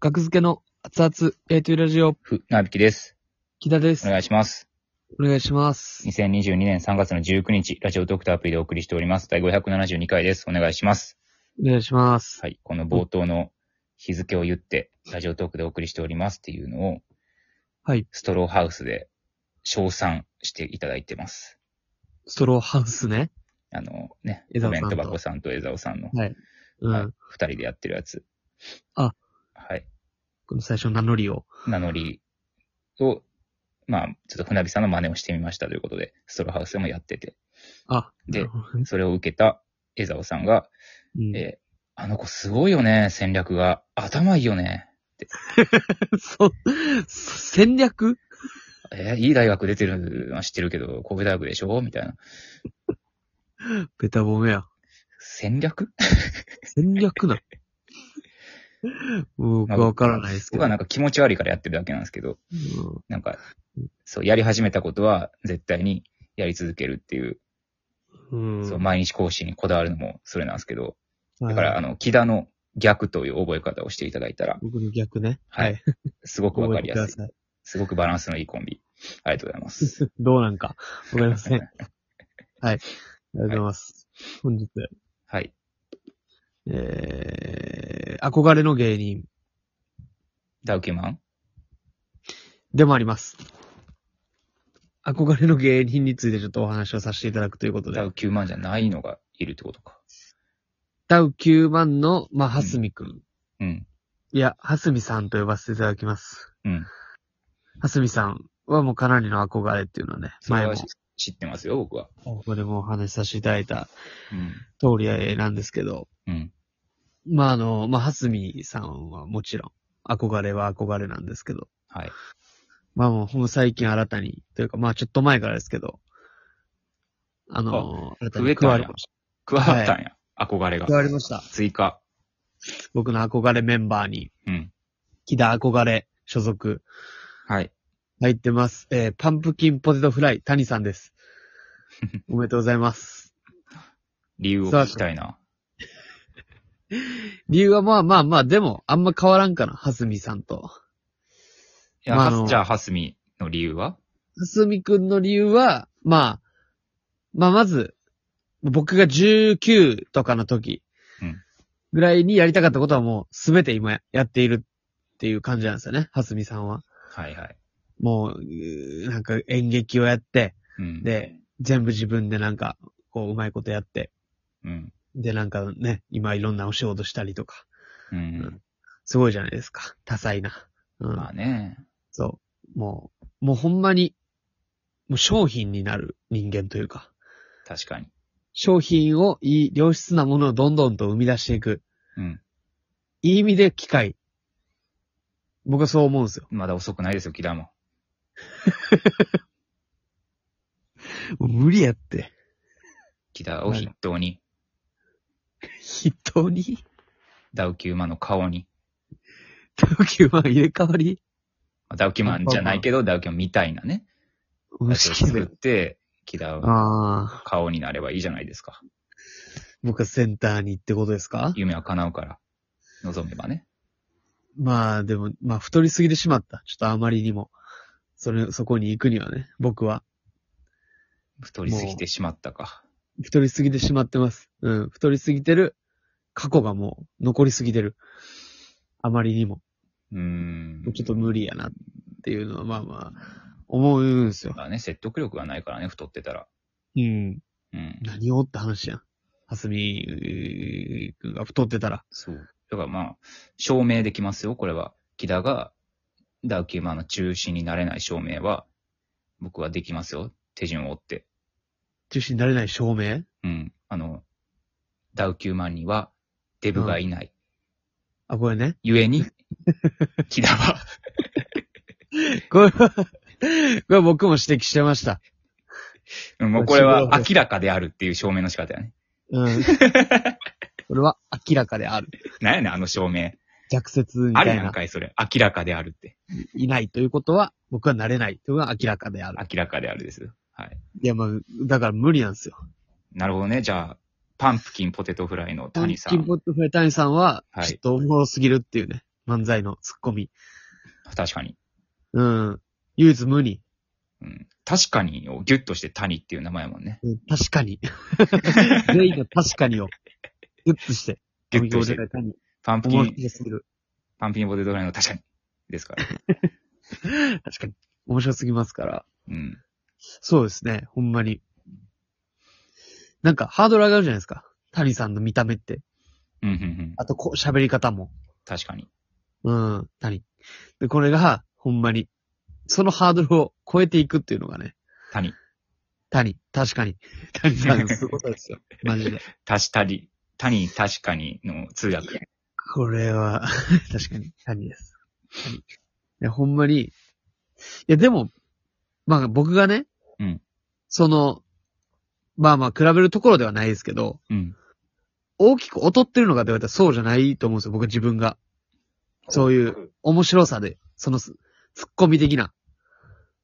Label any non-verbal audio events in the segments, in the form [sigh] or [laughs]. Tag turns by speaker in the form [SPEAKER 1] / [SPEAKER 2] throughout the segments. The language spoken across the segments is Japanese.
[SPEAKER 1] 学付けの熱々、えーというラジオ、
[SPEAKER 2] ふ、なびきです。
[SPEAKER 1] 木田です
[SPEAKER 2] お。願いします。
[SPEAKER 1] お願いします。
[SPEAKER 2] 2022年3月の19日、ラジオドクターアプリでお送りしております。第572回です。お願いします。
[SPEAKER 1] お願いします。
[SPEAKER 2] はい。この冒頭の日付を言って、ラジオトークでお送りしておりますっていうのを、
[SPEAKER 1] はい。
[SPEAKER 2] ストローハウスで称賛していただいてます。
[SPEAKER 1] ストローハウスね。
[SPEAKER 2] あのね、
[SPEAKER 1] 江
[SPEAKER 2] コ
[SPEAKER 1] 沢
[SPEAKER 2] メ
[SPEAKER 1] さん
[SPEAKER 2] ン
[SPEAKER 1] と
[SPEAKER 2] ト箱さんと江沢さんの、
[SPEAKER 1] はい。うん。
[SPEAKER 2] はい二人でやってるやつ。
[SPEAKER 1] あ。
[SPEAKER 2] はい。
[SPEAKER 1] この最初の名乗りを。
[SPEAKER 2] 名乗りを、まあ、ちょっと船火さんの真似をしてみましたということで、ストローハウスでもやってて、
[SPEAKER 1] あ、
[SPEAKER 2] で
[SPEAKER 1] なるほどね
[SPEAKER 2] それを受けた江沢さんが、
[SPEAKER 1] うん、
[SPEAKER 2] えーあの子すごいよね、戦略が。頭いいよね。
[SPEAKER 1] [laughs] そう、そ戦略
[SPEAKER 2] えーいい大学出てるのは知ってるけど、神戸大学でしょみたいな。
[SPEAKER 1] ベタ褒めや。
[SPEAKER 2] 戦略 [laughs]
[SPEAKER 1] 戦略な。もう、僕はわからないですけ
[SPEAKER 2] 僕
[SPEAKER 1] ど。
[SPEAKER 2] はなんか気持ち悪いからやってるだけなんですけど、
[SPEAKER 1] うん
[SPEAKER 2] なんか、そう、やり始めたことは絶対にやり続けるっていう、
[SPEAKER 1] うん。
[SPEAKER 2] そう、毎日講師にこだわるのもそれなんですけど、
[SPEAKER 1] はい
[SPEAKER 2] だから、あの、木田の逆という覚え方をしていただいたら、
[SPEAKER 1] 僕の逆ね。
[SPEAKER 2] は。い。すごくわ
[SPEAKER 1] 覚
[SPEAKER 2] か
[SPEAKER 1] え
[SPEAKER 2] り
[SPEAKER 1] て
[SPEAKER 2] や
[SPEAKER 1] くだ
[SPEAKER 2] すい。
[SPEAKER 1] さい。
[SPEAKER 2] すごくバランスのいいコンビ。ありがとうござい
[SPEAKER 1] [laughs]
[SPEAKER 2] ます。
[SPEAKER 1] どうなんか、わかりません。はい。ありがとうございます。本日、
[SPEAKER 2] はい。
[SPEAKER 1] えー、憧れの芸人
[SPEAKER 2] ダウキュマン
[SPEAKER 1] でもあります。憧れの芸人についてちょっとお話をさせていただくということ
[SPEAKER 2] ダ
[SPEAKER 1] で。
[SPEAKER 2] ウ9万じゃないのがいるってことか。
[SPEAKER 1] ダウ9万の、まあ、はすみくん。
[SPEAKER 2] うん。
[SPEAKER 1] いや、はすみさんと呼ばせていただきます。
[SPEAKER 2] うん。
[SPEAKER 1] はすみさんはもうかなりの憧れっていうのはね、
[SPEAKER 2] そ
[SPEAKER 1] 前
[SPEAKER 2] れ
[SPEAKER 1] も
[SPEAKER 2] は、知ってますよ、僕は。
[SPEAKER 1] ここでもお話しさせていただいた
[SPEAKER 2] うん。
[SPEAKER 1] 通りなんですけど、
[SPEAKER 2] うん。
[SPEAKER 1] まあ、あの、まあ、はすみさんはもちろん、憧れは憧れなんですけど、
[SPEAKER 2] はい。
[SPEAKER 1] まあもうほんと最近新たに、というかまあちょっと前からですけど、あのー、新た
[SPEAKER 2] 増
[SPEAKER 1] に
[SPEAKER 2] え
[SPEAKER 1] 加
[SPEAKER 2] た
[SPEAKER 1] わ
[SPEAKER 2] ん
[SPEAKER 1] り
[SPEAKER 2] や
[SPEAKER 1] まし。
[SPEAKER 2] 加わったんや。憧れ
[SPEAKER 1] た。
[SPEAKER 2] が
[SPEAKER 1] 加。わりました。
[SPEAKER 2] 追加。
[SPEAKER 1] 僕の憧れメンバーに、
[SPEAKER 2] うん。
[SPEAKER 1] 木田憧れ所属
[SPEAKER 2] はい。
[SPEAKER 1] 入ってます。えー、パンプキンポテトフライ、谷さん
[SPEAKER 2] [laughs]
[SPEAKER 1] です。おめでとうございます。
[SPEAKER 2] 理由を聞きたいな。
[SPEAKER 1] 理由はまあまあまあ、でも、あんま変わらんかな、はすみさんと。
[SPEAKER 2] いや、
[SPEAKER 1] まあ
[SPEAKER 2] は
[SPEAKER 1] あの
[SPEAKER 2] すじゃあ、はすみの理由は
[SPEAKER 1] はすみくんの理由は、まあ、まあまず、僕が19とかの時
[SPEAKER 2] うん
[SPEAKER 1] ぐらいにやりたかったことはもうすべて今やっているっていう感じなんですよね、はすみさんは。
[SPEAKER 2] はいはい。
[SPEAKER 1] もう、うーなんか演劇をやって、
[SPEAKER 2] うん。
[SPEAKER 1] で、全部自分でなんか、こううまいことやって、
[SPEAKER 2] うん。
[SPEAKER 1] でなんかね、今いろんなお仕事したりとか、
[SPEAKER 2] うん。
[SPEAKER 1] すごいじゃないですか、多彩な。うん、
[SPEAKER 2] まあね。
[SPEAKER 1] そう。もう、もうほんまに、もう商品になる人間というか。
[SPEAKER 2] 確かに。
[SPEAKER 1] 商品をいい良質なものをどんどんと生み出していく。
[SPEAKER 2] うん。
[SPEAKER 1] いい意味で機械。僕はそう思うんですよ。
[SPEAKER 2] まだ遅くないですよ、キラも。
[SPEAKER 1] もう無理やって。
[SPEAKER 2] キラを筆頭に、
[SPEAKER 1] 人に
[SPEAKER 2] ダウキューマンの顔に、
[SPEAKER 1] 東急は入れ替わり
[SPEAKER 2] まあダウキューマンじゃないけど、ダウキューマンみたいなね。
[SPEAKER 1] 無識
[SPEAKER 2] 作っ
[SPEAKER 1] で。
[SPEAKER 2] て、キラを
[SPEAKER 1] ああ。
[SPEAKER 2] 顔になればいいじゃないですか。
[SPEAKER 1] 僕はセンターにってことですか
[SPEAKER 2] 夢は叶うから、望めばね。
[SPEAKER 1] まあでも、まあ太りすぎてしまった。ちょっとあまりにも。それ、そこに行くにはね、僕は。
[SPEAKER 2] 太りすぎてしまったか。
[SPEAKER 1] 太りすぎてしまってます。うん。太りすぎてる。過去がもう残りすぎてる。あまりにも。
[SPEAKER 2] うーん。
[SPEAKER 1] ちょっと無理やなっていうのは、まあまあ、思うんですよ。
[SPEAKER 2] まあね、説得力がないからね、太ってたら。
[SPEAKER 1] うん。
[SPEAKER 2] うん。
[SPEAKER 1] 何をって話やん。はすみくんが太ってたら。
[SPEAKER 2] そう。だからまあ、証明できますよ、これは。木田が、ダウキューマンの中心になれない証明は、僕はできますよ。手順を追って。
[SPEAKER 1] 中心になれない証明
[SPEAKER 2] うん。あの、ダウキューマンには、デブがいない。
[SPEAKER 1] あ、これね。
[SPEAKER 2] ゆ
[SPEAKER 1] [laughs]
[SPEAKER 2] えに、木田は、
[SPEAKER 1] これは、これ僕も指摘してました。
[SPEAKER 2] うんもうこれは明らかであるっていう証明の仕方やね。
[SPEAKER 1] [laughs] うん。これは明らかである。
[SPEAKER 2] なんやねん、あの証明。
[SPEAKER 1] 弱説み
[SPEAKER 2] あ
[SPEAKER 1] た
[SPEAKER 2] る
[SPEAKER 1] い
[SPEAKER 2] やん
[SPEAKER 1] な。
[SPEAKER 2] かい、それ。明らかであるって。
[SPEAKER 1] いないということは、僕はなれないというのが明らかである。
[SPEAKER 2] 明らかであるです。はい。
[SPEAKER 1] いや、まあ、だから無理なんですよ。
[SPEAKER 2] なるほどね。じゃあ、パンプキンポテトフライの谷さ
[SPEAKER 1] キン
[SPEAKER 2] ん
[SPEAKER 1] ポ。ットフライ谷さんは、
[SPEAKER 2] はい
[SPEAKER 1] ちょっとおもろすぎるっていうね。漫才のツッコミ。
[SPEAKER 2] 確かに。
[SPEAKER 1] うん。唯一無二。
[SPEAKER 2] うん。確かにをギュッとして谷っていう名前やもんね。
[SPEAKER 1] うん確か
[SPEAKER 2] [laughs]
[SPEAKER 1] に。全員の確かにを、グッとして、
[SPEAKER 2] ギュッとして
[SPEAKER 1] 飲み込んで。た谷
[SPEAKER 2] パンプキ
[SPEAKER 1] 思い
[SPEAKER 2] ン
[SPEAKER 1] っき、りすぎる。
[SPEAKER 2] パンプキンポテトフライの確かに。ですから。
[SPEAKER 1] 確かに。面白すぎますから。
[SPEAKER 2] うん。
[SPEAKER 1] そうですね、ほんまに。なんか、ハードル上がるじゃないですか。谷さんの見た目って。
[SPEAKER 2] うん、うん、うん。
[SPEAKER 1] あとこう、喋り方も。
[SPEAKER 2] 確かに。
[SPEAKER 1] うん、谷。で、これが、ほんまに、そのハードルを超えていくっていうのがね、
[SPEAKER 2] 谷。
[SPEAKER 1] 谷、確かに。谷さ [laughs] んのすごさですよ。マジで。
[SPEAKER 2] 足したり、谷確かにの通訳。
[SPEAKER 1] これは、 [laughs] 確かに、谷です。谷。いや、ほんまに、いや、でも、まあ僕がね、
[SPEAKER 2] うん
[SPEAKER 1] その、まあまあ比べるところではないですけど、
[SPEAKER 2] うん。
[SPEAKER 1] 大きく劣ってるのかって言われたらそうじゃないと思うんですよ、僕自分が。そういう。面白さで、そのす、ツッコミ的な。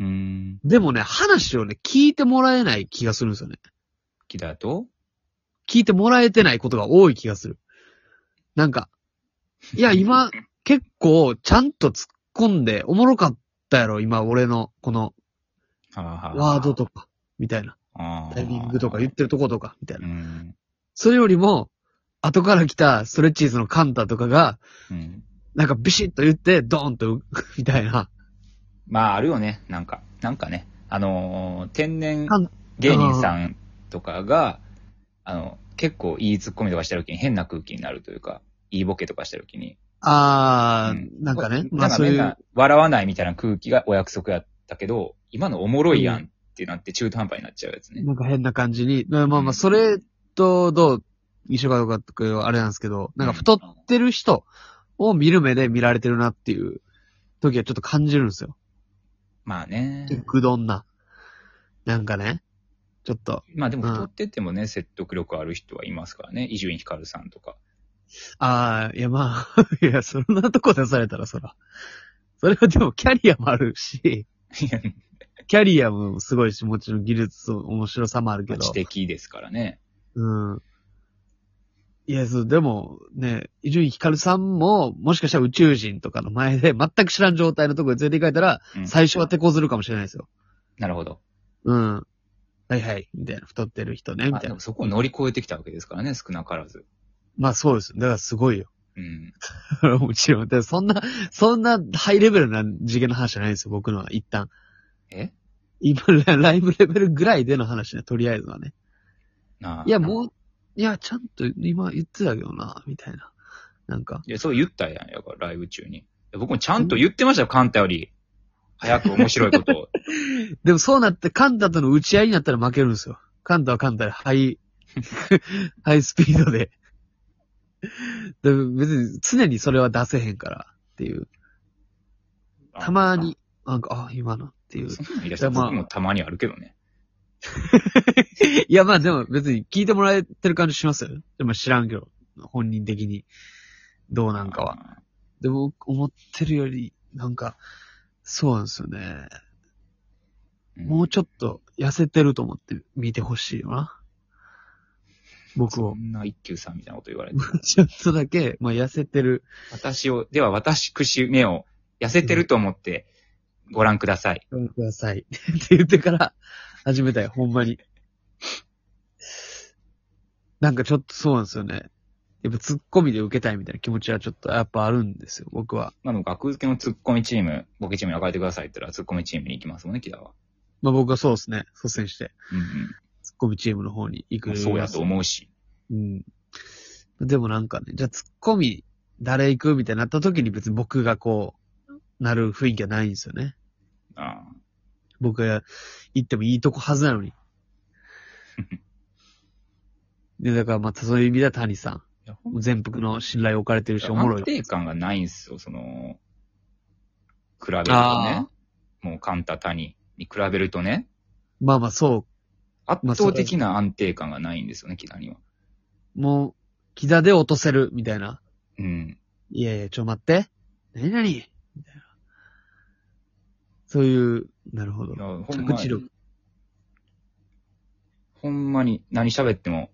[SPEAKER 2] うーん。
[SPEAKER 1] でもね、話をね、聞いてもらえない気がするんですよね。
[SPEAKER 2] 木だと
[SPEAKER 1] 聞いてもらえてないことが多い気がする。なんか、いや、今、結構、ちゃんと突っ込んで、おもろかったやろ、今、俺の、この、ワ
[SPEAKER 2] ワ
[SPEAKER 1] ードとか、みたいな。タイミングとか言ってるとことか、みたいうな。
[SPEAKER 2] ん。
[SPEAKER 1] それよりも、後から来た、ストレッチーズのカンタとかが、
[SPEAKER 2] うん。
[SPEAKER 1] なんかビシッと言って、ドーンと、 [laughs] みたいな。
[SPEAKER 2] まあ、あるよね。なんか、なんかね。あのー天然
[SPEAKER 1] あん
[SPEAKER 2] 芸人さんとかが、あの、結構いいツッコミとかした時に変な空気になるというか、いいボケとかした時に。
[SPEAKER 1] あー、
[SPEAKER 2] う
[SPEAKER 1] なんかね、ま
[SPEAKER 2] な
[SPEAKER 1] あ
[SPEAKER 2] んか
[SPEAKER 1] そう
[SPEAKER 2] みん
[SPEAKER 1] いう
[SPEAKER 2] な、笑わないみたいな空気がお約束やったけど、今のおもろいやんってなって中途半端になっちゃうやつね。
[SPEAKER 1] なんか変な感じに、まあまあ
[SPEAKER 2] う
[SPEAKER 1] まあ、
[SPEAKER 2] ん
[SPEAKER 1] それとどう一緒かどうかとかあれなんですけど、なんか太ってる人を見る目で見られてるなっていう時はちょっと感じるんですよ。
[SPEAKER 2] まあね。
[SPEAKER 1] 肉丼な。なんかね、ちょっと、
[SPEAKER 2] まあでも
[SPEAKER 1] うん
[SPEAKER 2] 太っててもね、説得力ある人はいますからね。伊集院光さんとか。
[SPEAKER 1] ああ、いやま [laughs] あ、いや、そんなとこ出されたらそら。それはでもキャリアもあるし、
[SPEAKER 2] いや
[SPEAKER 1] キャリアもすごいし、もちろん技術、面白さもあるけど。
[SPEAKER 2] [laughs] 知的ですからね。
[SPEAKER 1] うん。いや、そう、でも、ね、伊集院光さんも、もしかしたら宇宙人とかの前で、全く知らん状態のところに連れて行かれたら、
[SPEAKER 2] うん
[SPEAKER 1] 最初は手こずるかもしれないですよ。
[SPEAKER 2] なるほど。
[SPEAKER 1] うん。はいはい、みたいな。太ってる人ね、み
[SPEAKER 2] まあ
[SPEAKER 1] たい
[SPEAKER 2] で
[SPEAKER 1] な
[SPEAKER 2] も。そこを乗り越えてきたわけですからね、少なからず。
[SPEAKER 1] まあそうです。だからすごいよ。 [laughs]
[SPEAKER 2] うん。
[SPEAKER 1] もちろん。だからそんな、そんなハイレベルな次元の話じゃないですよ、僕のは。一旦。
[SPEAKER 2] え
[SPEAKER 1] 今、 [laughs] ライブレベルぐらいでの話ね、とりあえずはね。
[SPEAKER 2] なあ
[SPEAKER 1] いや、もう、いや、ちゃんと今言ってたけどな、みたいな。なんか。
[SPEAKER 2] いや、そう言ったやん、やから、ライブ中に。いや僕もちゃんと言ってましたよ、カンタより。早く面白いこと
[SPEAKER 1] [laughs]
[SPEAKER 2] を。
[SPEAKER 1] でもそうなって、カンタとの打ち合いになったら負けるんですよ。カンタはカンタで、ハイ、 [laughs] ハイスピードで。で別に、常にそれは出せへんからっていう。たまに、なんか、あ、今のっていう。
[SPEAKER 2] そんなん言い出したら
[SPEAKER 1] まあ
[SPEAKER 2] 僕もたまにあるけどね。
[SPEAKER 1] いや、まあでも別に聞いてもらえてる感じしますよ。でも知らんけど、本人的に。どうなんかは。
[SPEAKER 2] は。
[SPEAKER 1] でも、思ってるより、なんか、そうなんですよね。もうちょ
[SPEAKER 2] っ
[SPEAKER 1] っと痩せてると思って見てほしいよな。僕を
[SPEAKER 2] そ。んな一休さんみたいなこと言われて
[SPEAKER 1] も。う [laughs] ちょっとだけ、まあ、痩せてる。
[SPEAKER 2] 私を、では私くし目を痩せてると思ってご覧ください。
[SPEAKER 1] ください。 [laughs] って言ってから始めたよ、ほんまに。なんかちょっとそうなんですよね。やっぱツッコミで受けたいみたいな気持ちはちょっとやっぱあるんですよ、僕は。
[SPEAKER 2] まあでも学付けのツッコミチーム、ボケチームに分かれてくださいって言ったらツッコミチームに行きますもんね、キダは。
[SPEAKER 1] まあ僕はそうですね、率先して、
[SPEAKER 2] うんうん
[SPEAKER 1] ツッコミチームの方に行
[SPEAKER 2] ま
[SPEAKER 1] く。
[SPEAKER 2] あ。そうやと思うし。
[SPEAKER 1] うん。でもなんかね、じゃあツッコミ誰行くみたいになった時に別に僕がこう、なる雰囲気はないんですよね。
[SPEAKER 2] ああ
[SPEAKER 1] 僕が行ってもいいとこはずなの
[SPEAKER 2] [laughs]
[SPEAKER 1] に。で、だからまあ、そういう意味では谷さん。
[SPEAKER 2] いや
[SPEAKER 1] 全幅の信頼を置かれてるし、おもろい
[SPEAKER 2] 安。定感がないんですよ、その、比べるとね
[SPEAKER 1] あ。
[SPEAKER 2] もうカンタ、タニに比べるとね、
[SPEAKER 1] まあまあ、そ
[SPEAKER 2] 圧
[SPEAKER 1] まあ
[SPEAKER 2] 倒的な安定感がないんですよね、キダには。
[SPEAKER 1] う。もう、キザで落とせる、みたいな。
[SPEAKER 2] うん。
[SPEAKER 1] いやいや、ちょ待って。何々みたいな。そういう、なるほど
[SPEAKER 2] いや。ほん
[SPEAKER 1] 着
[SPEAKER 2] ま
[SPEAKER 1] 地力。
[SPEAKER 2] ほんまに何喋っても、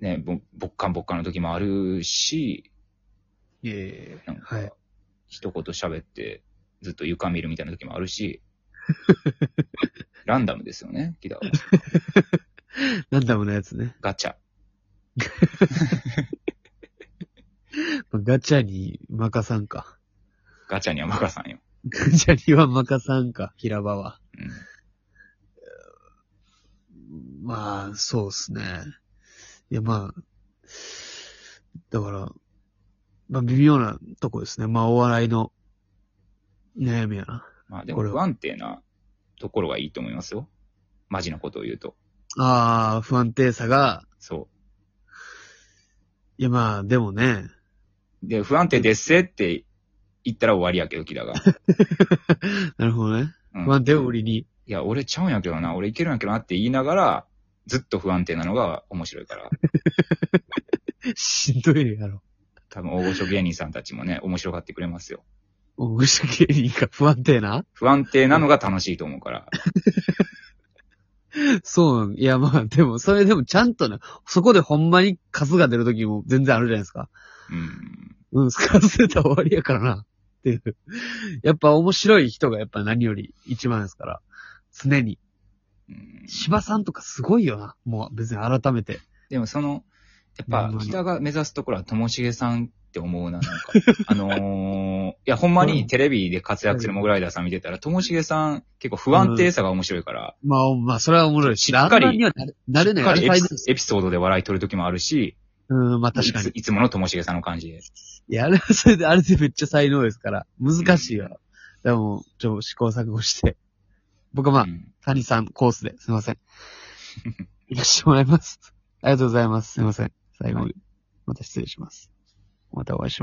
[SPEAKER 2] ね、ぼ、ぼっかんぼっかんの時もあるし、
[SPEAKER 1] いやいやいや
[SPEAKER 2] なんか、
[SPEAKER 1] はい
[SPEAKER 2] 一言喋って、ずっと床見るみたいな時もあ
[SPEAKER 1] [laughs]
[SPEAKER 2] るし、ランダムですよね、キダは。
[SPEAKER 1] ランダムなやつね。
[SPEAKER 2] ガチャ。
[SPEAKER 1] ガチャに任さんか。 [laughs]
[SPEAKER 2] ガチャには任さんよ。
[SPEAKER 1] ガチャには任さんか、平場は。
[SPEAKER 2] うん。
[SPEAKER 1] まあ、そうっすね。いや、まあ、だから、まあ、微妙なとこですね。まあ、お笑いの悩みやな。
[SPEAKER 2] まあでも
[SPEAKER 1] これは
[SPEAKER 2] 不安定なところがいいと思いますよ。マジなことを言うと。
[SPEAKER 1] ああ、不安定さが、
[SPEAKER 2] そ
[SPEAKER 1] いや、まあ、でもね、 [laughs]
[SPEAKER 2] う。で、不安定ですせって言ったら終わりやけど、
[SPEAKER 1] [laughs]
[SPEAKER 2] キダが。
[SPEAKER 1] なるほどね。
[SPEAKER 2] うん
[SPEAKER 1] 不安定を売りに。
[SPEAKER 2] いや、俺ちゃうんやけどな、俺いけるんやけどなって言いながら、ずっと不安定なのが面白
[SPEAKER 1] [laughs]
[SPEAKER 2] いから。
[SPEAKER 1] しんどいやろ。
[SPEAKER 2] 多分大御所芸人さんたちもね、面白がってくれますよ。
[SPEAKER 1] 大御所芸人が不安定な
[SPEAKER 2] 不安定なのが楽しいと思うから。
[SPEAKER 1] そうなん。いや、まあ、でも、それでもちゃんとね、そこでほんまにカスが出る時も全然あるじゃないですか。
[SPEAKER 2] うん。
[SPEAKER 1] うん、カス出たら終わりやからな。っていう。やっぱ面白い人がやっぱ何より一番ですから。常に。
[SPEAKER 2] うん
[SPEAKER 1] 芝さんとかすごいよな。もう別に改めて。
[SPEAKER 2] でもその、やっ
[SPEAKER 1] ほ
[SPEAKER 2] ぱ
[SPEAKER 1] んま、に
[SPEAKER 2] 北が目指すところはともしげさんって思うな、なんか。
[SPEAKER 1] [laughs]
[SPEAKER 2] あのー、いや、ほんまにテレビで活躍するモグライダーさん見てたら、ともしげさん結構不安定さが面白いから、
[SPEAKER 1] まあ、まあ、それは面白いし。
[SPEAKER 2] しっかり
[SPEAKER 1] あんなにはなれなれない。
[SPEAKER 2] しっかりエ
[SPEAKER 1] あれ最
[SPEAKER 2] ピソ
[SPEAKER 1] 善です
[SPEAKER 2] エピソードで笑い取る時もあるし、
[SPEAKER 1] うん、まあ確か
[SPEAKER 2] いつ
[SPEAKER 1] に。
[SPEAKER 2] いつものともしげさんの感じで。
[SPEAKER 1] いや、あれはそれで、あれでめっちゃ才能ですから。難しいよ。でも、ちょ、試行錯誤して。僕はまあ
[SPEAKER 2] う、ん
[SPEAKER 1] 谷さんコースですいません。いらっしゃもらいます。ありがとうございます。すいません。最後に、また失礼します。またお会いしましょう。